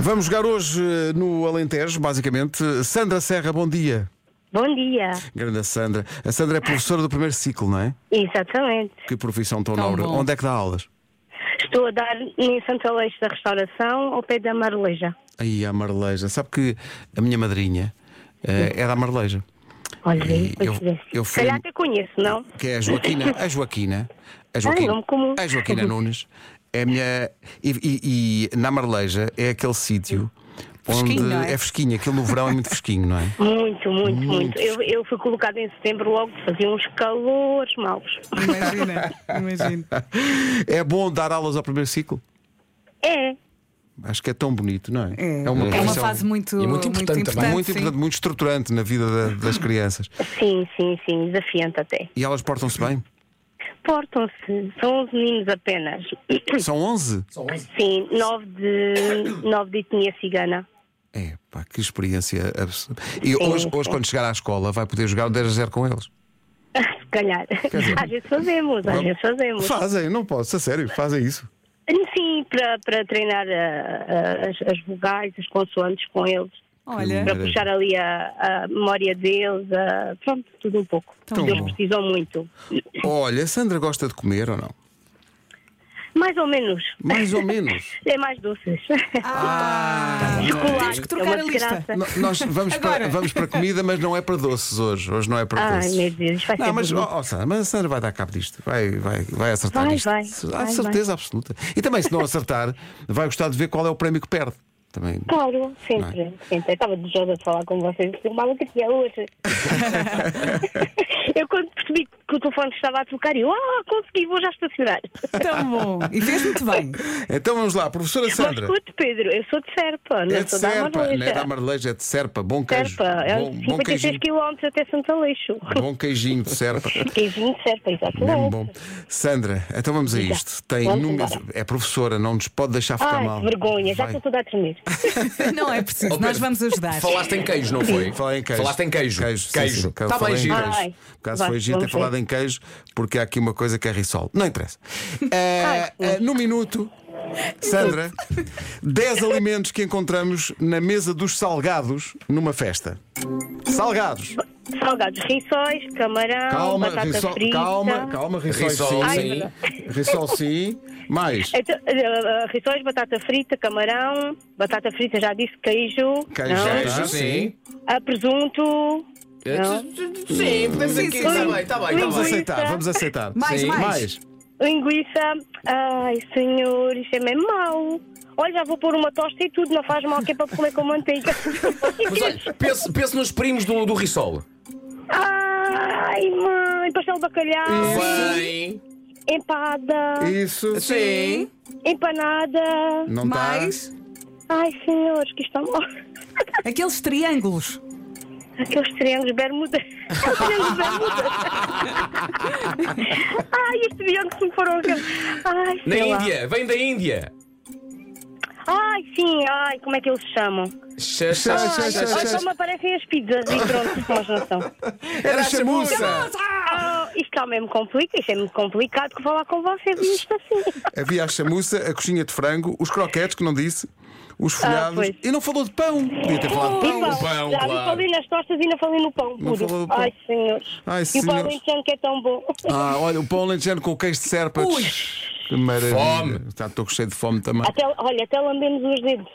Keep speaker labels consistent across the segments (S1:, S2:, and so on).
S1: Vamos jogar hoje eh, no Alentejo, basicamente. Sandra Serra, bom dia.
S2: Bom dia.
S1: Grande Sandra. A Sandra é professora do primeiro ciclo, não é?
S2: Exatamente.
S1: Que profissão tão,
S3: Tão
S1: nobre.
S3: bom.
S1: Onde é que dá aulas?
S2: Estou a dar em Santo Aleixo da Restauração, ao pé da Marleja.
S1: Aí, a Marleja. Sabe que a minha madrinha eh, é da Marleja.
S2: Olha,
S1: E eu-
S2: coincidência.
S1: eu
S2: Se
S1: fui-
S2: calhar até conheço, não?
S1: Que é a Joaquina. A Joaquina. A
S2: Ai,
S1: Joaquina,
S2: nome comum.
S1: a Joaquina Nunes. É a minha. E, e- e na Marleja é aquele sítio onde
S3: Fresquinho, não é?
S1: é fresquinho. Aquilo no verão é muito fresquinho, não é?
S2: Muito, muito, muito. Eu, eu fui colocada em setembro logo, fazia uns calores maus.
S3: Imagina, imagina.
S1: É bom dar aulas ao primeiro ciclo?
S2: É,
S1: Acho que é tão bonito, não é? uma,
S3: É, É uma
S1: profissão
S3: fase muito,
S4: um- E muito importante também.
S1: muito
S3: sim.
S1: importante, muito estruturante na vida da- das crianças.
S2: sim, sim, sim, desafiante até.
S1: E elas portam-se bem?
S2: Portam-se, são 11 meninos apenas.
S1: São 11?
S2: Sim, 9 de, 9 de etnia cigana.
S1: É, pá, que experiência absurda. E hoje, hoje, quando chegar à escola, vai poder jogar o 10 a 0 com eles.
S2: Se calhar.
S1: dizer-
S2: Às vezes fazemos, às vezes fazemos.
S1: Fazem, não posso, a sério, fazem isso.
S2: Sim, para, para treinar ah, ah, as, as vogais, as consoantes com eles,
S3: Olha,
S2: para
S1: Maravilha.
S2: puxar ali a, a memória deles, ah, pronto, tudo um pouco.
S3: Tão
S2: eles
S3: bom.
S2: precisam muito.
S1: Olha, a Sandra gosta de comer ou não?
S2: Mais ou menos.
S1: Mais ou menos.
S2: É mais doces.
S3: ah,
S2: Chocolate,
S3: temos que
S2: é
S3: trocar
S2: uma
S3: a lista.
S2: desgraça.
S1: No- Nós vamos para,
S3: Agora.
S1: vamos para comida, mas não é para doces hoje. Hoje não é para
S2: Ai,
S1: doces.
S2: meu Deus, vai
S1: não,
S2: ser
S1: mas,
S2: bonito.
S1: ó, ó, Sandra, mas a Sandra vai dar cabo disto. Vai, vai, vai acertar
S2: Vai,
S1: isto.
S2: vai,
S1: Há
S2: vai,
S1: certeza absoluta. E também, se não acertar, vai gostar de ver qual é o prémio que perde. Também.
S2: Claro, sempre,
S3: é?
S2: sempre. Eu estava desejosa de falar com vocês, eu filmava que tinha é hoje. eu quando percebi que o telefone estava a tocar, eu, ah, consegui, vou já estacionar.
S3: Tão bom. E fez muito bem.
S1: Então vamos lá, professora
S2: Mas
S1: Sandra.
S2: escute, Pedro, É eu sou de Serpa, não
S1: É de
S2: sou da
S1: Serpa, não é
S2: Amargoja.
S1: da Marleja, é de Serpa. Bom queijo.
S2: Serpa, é
S1: bom,
S2: uns
S1: bom
S2: 56
S1: queijinho,
S2: km até Santo Aleixo.
S1: bom queijinho de Serpa. É
S2: Queijinho de Serpa,
S1: Mesmo
S2: exatamente.
S1: bom. Sandra, então vamos a isto. Tem
S2: Vamos
S1: números-
S2: embora.
S1: É professora, não nos pode deixar ficar
S2: Ai,
S1: mal.
S2: que vergonha, já
S1: Vai.
S2: estou toda a tremer.
S3: Não é preciso,
S4: Oh, Pedro,
S3: nós vamos ajudar.
S4: Falaste em queijo, não foi?
S1: Falei em queijo.
S4: Falaste em queijo.
S1: Queijo. sim, sim.
S4: Está
S1: Falei
S4: bem
S1: em
S4: giro.
S1: queijo.
S2: Ai,
S1: Por acaso
S2: vai,
S1: foi giro ter
S2: vamos ver.
S1: falado em queijo, porque há aqui uma coisa que é risol. Não interessa. Eh,
S2: Ai, que
S1: eh, no minuto, Sandra, 10 alimentos que encontramos na mesa dos salgados numa festa. Salgados.
S2: Salgados rissóis, camarão,
S1: Calma,
S2: batata
S1: risol,
S2: frita.
S1: calma, calma, risol,
S4: Risol,
S1: sim.
S2: sim.
S1: Risol sim. Mais.
S2: Então, eh, eh, rissóis, batata frita, camarão, batata frita, já disse, queijo.
S1: Queijo,
S2: não?
S1: já.
S4: Queijo, sim.
S2: Ah, presunto. Não.
S4: Sim, podemos aqui. Está
S2: sim.
S4: tá bem, está bem, está
S1: Vamos
S4: bem.
S2: Linguiça.
S1: aceitar, vamos aceitar.
S3: Mais,
S4: Sim.
S3: mais.
S1: Mais.
S2: Linguiça. Ai, senhor, isso é mesmo mau. Olha, já vou pôr uma tosta e tudo, não faz mal, que é para comer com manteiga.
S4: Mas olha, pense, pense nos primos do, do Rissol.
S2: Ai, mãe, pastel de bacalhau,
S4: Bem.
S2: empada,
S1: Isso.
S4: Sim.
S2: empanada.
S1: Não tá. está.
S3: Mais.
S2: Ai, senhores, que é está mal.
S3: Aqueles triângulos.
S2: Aqueles triângulos bermudas. Aqueles triângulos bermudas. Ai, este triângulo que me foram aqueles. Ai,
S4: Na
S2: sei lá.
S4: Índia, vem da Índia.
S2: Ai, sim, ai, como é que eles se chamam?
S1: Xa,
S4: Xa, xa,
S1: xa,
S4: xa,
S1: xa,
S4: xa.
S2: Olha, só me aparecem as pizzas e pronto, mas não são.
S1: Era
S4: Era
S1: chamuça.
S4: chamuça.
S2: Ah, isto está mesmo complicado, isto é muito complicado que falar com vocês e isto assim.
S1: Havia a chamuça, a coxinha de frango, os croquetes, que não disse, os folhados.
S2: Ah, pois.
S1: e não falou de pão. Podia ter falado de
S2: E
S1: pão.
S2: pão,
S4: pão,
S2: já
S4: claro.
S2: não falei nas tostas e não falei no pão.
S1: Não
S2: puro.
S1: falou do pão.
S2: Ai, senhores.
S1: Ai,
S2: E o pão
S1: senhores.
S2: alentejano que é tão bom.
S1: Ah, olha, o pão alentejano com o queijo de serpa.
S3: Ui.
S1: Que maravilha.
S4: Fome.
S1: Tá, Estou cheio de fome também.
S2: Até, olha, até lambemos os dedos.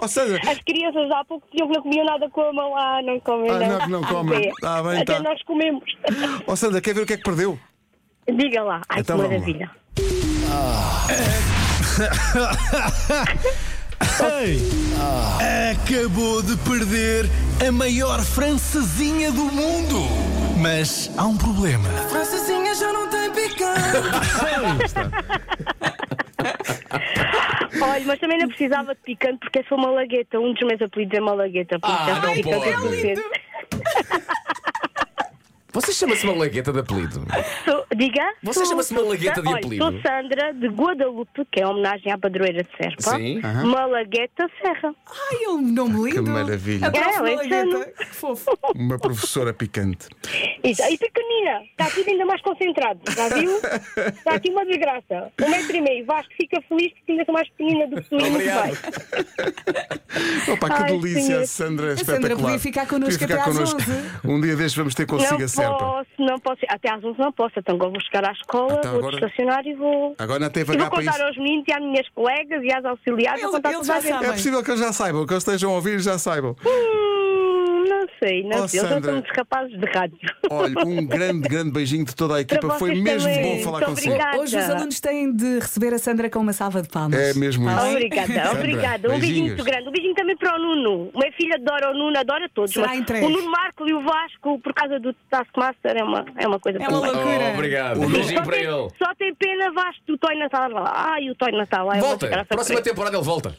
S1: Ou seja,
S2: As crianças há pouco diziam que não comiam nada com a mão. Ah, não comem,
S1: Ah, não, que não comem.
S2: É.
S1: Tá bem,
S2: até
S1: tá.
S2: nós comemos.
S1: oh Sandra, quer ver o que é que perdeu?
S2: Diga lá. Ai,
S1: Então
S2: que
S1: vamos lá.
S2: maravilha.
S5: Acabou de perder a maior francesinha do mundo. Mas há um problema.
S6: Francesinha já não tem picante.
S2: Olha, mas também não precisava de picante porque é eu sou malagueta. Um dos meus apelidos é um malagueta.
S1: Ah,
S2: portanto,
S1: então
S4: não
S2: fica
S4: pode.
S2: contente.
S4: Você chama-se Malagueta de apelido?
S2: Sou- diga.
S4: Você
S2: Sou-
S4: chama-se
S2: sou
S4: Malagueta de
S2: Sa- olha,
S4: apelido?
S2: Sou Sandra de Guadalupe, que é homenagem à padroeira de Serpa.
S4: Sim.
S2: Malagueta Serra.
S3: Ai, é um nome lindo.
S1: maravilha.
S3: A prof.
S2: É,
S3: Malagueta.
S2: Alexandre.
S3: Que fofo.
S1: Uma professora picante.
S2: E, e pequenina, está aqui ainda mais concentrado, já viu? Está aqui uma desgraça. Um metro e meio. Vasco fica feliz porque ainda sou mais pequenina do que tu e muito
S4: Obrigado.
S2: bem.
S1: Opa, que
S2: Ai,
S1: delícia,
S2: senhor.
S1: Sandra,
S3: Sandra
S1: espetacular.
S3: podia ficar connosco
S1: Podia ficar
S3: até às
S1: connosco.
S3: 11.
S1: Um dia destes vamos ter consigo
S2: Não
S1: a Serpa.
S2: posso, não posso. Até às 11 não posso, então agora vou chegar à escola,
S1: Então
S2: vou
S1: agora-
S2: estacionar e vou.
S1: Agora até
S2: E
S1: vagar
S2: vou
S1: para
S2: contar
S1: isso.
S2: aos meninos e às minhas colegas e às auxiliares. vou
S3: Eles-
S2: contar
S3: eles
S2: toda a
S3: já
S2: gente.
S1: É
S3: sabem.
S1: possível que eles já saibam, que eles estejam a ouvir e já saibam.
S2: Hum, não sei, não
S1: Oh,
S2: sei. Eles não
S1: Sandra.
S2: são uns rapazes de rádio.
S1: Olha, um grande, grande beijinho de toda a equipa.
S2: Para
S1: Foi
S2: vocês
S1: mesmo
S2: também.
S1: bom falar
S2: Muito
S1: consigo.
S2: obrigada.
S3: Hoje os alunos têm de receber a Sandra com uma salva de palmas.
S1: É mesmo
S3: Está
S1: isso.
S3: bem?
S2: Obrigada, obrigada. Um beijinho
S1: beijinhos.
S2: muito grande. Um beijinho também para o Nuno. Minha filha adora o Nuno, adora todos.
S3: Será
S2: mas
S3: entregue.
S2: o Nuno Marco e o Vasco, por causa do Taskmaster, é uma, é uma coisa
S3: É uma
S2: também.
S3: loucura.
S4: Oh, obrigado. Um
S1: Nuno-
S4: beijinho
S2: Só
S4: para
S2: tem,
S4: ele.
S2: só tem pena Vasco do Toy Natal lá. Ai, o Toy Natal lá. eu vou ficar
S4: Volta.
S2: a sofrer.
S4: Próxima temporada ele volta.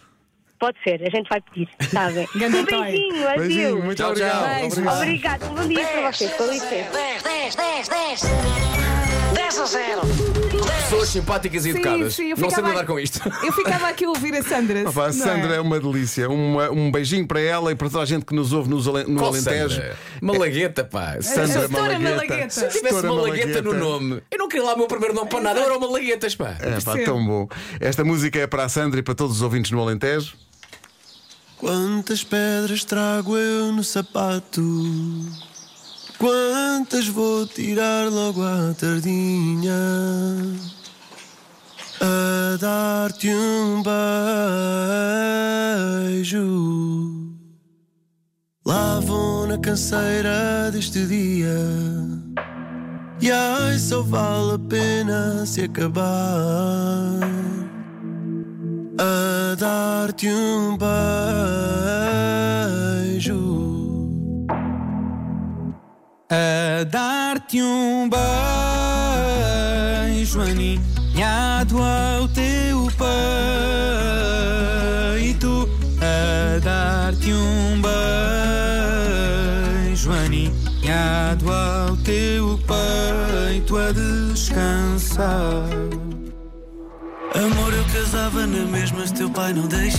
S2: Pode ser, a gente vai pedir. Está bem.
S3: Ganda
S2: um
S3: Toy.
S2: beijinho, adeus.
S1: Beijinho, muito
S4: Tchau, tchau.
S1: obrigado.
S3: Beijo.
S1: Obrigado.
S2: Obrigada, um bom dia para vocês. Com licença.
S7: 10, 10, 10. 10 a 0.
S4: Pessoas simpáticas e
S3: Sim,
S4: educadas.
S3: sim, eu
S4: não sei
S3: ficava-
S4: lidar com isto.
S3: Eu ficava aqui a ouvir a Sandra.
S1: Opa, a
S3: não é?
S1: Sandra é uma delícia. Uma- um beijinho para ela e para toda a gente que nos ouve nos ale- no
S4: Qual
S1: Alentejo.
S4: Sandra? Malagueta, pá.
S1: Sandra
S3: A Doutora
S1: Malagueta.
S3: Malagueta.
S4: Se eu tivesse
S1: Doutora
S4: Malagueta no
S1: Malagueta.
S4: nome, eu não queria lá o meu primeiro nome para nada, eu era o Malaguetas, pá.
S1: É pá,
S3: Percebo.
S1: tão bom. Esta música é para a Sandra e para todos os ouvintes no Alentejo.
S8: Quantas pedras trago eu no sapato? Quantas vou tirar logo à tardinha? A dar-te um beijo. Lá vou na canseira deste dia. E ai, só vale a pena se acabar a dar-te um beijo, a é dar-te um beijo aninhado ao teu peito, a dar-te um beijo aninhado ao teu peito É a descansar. Amor, eu casava na mesma se teu pai não deixa.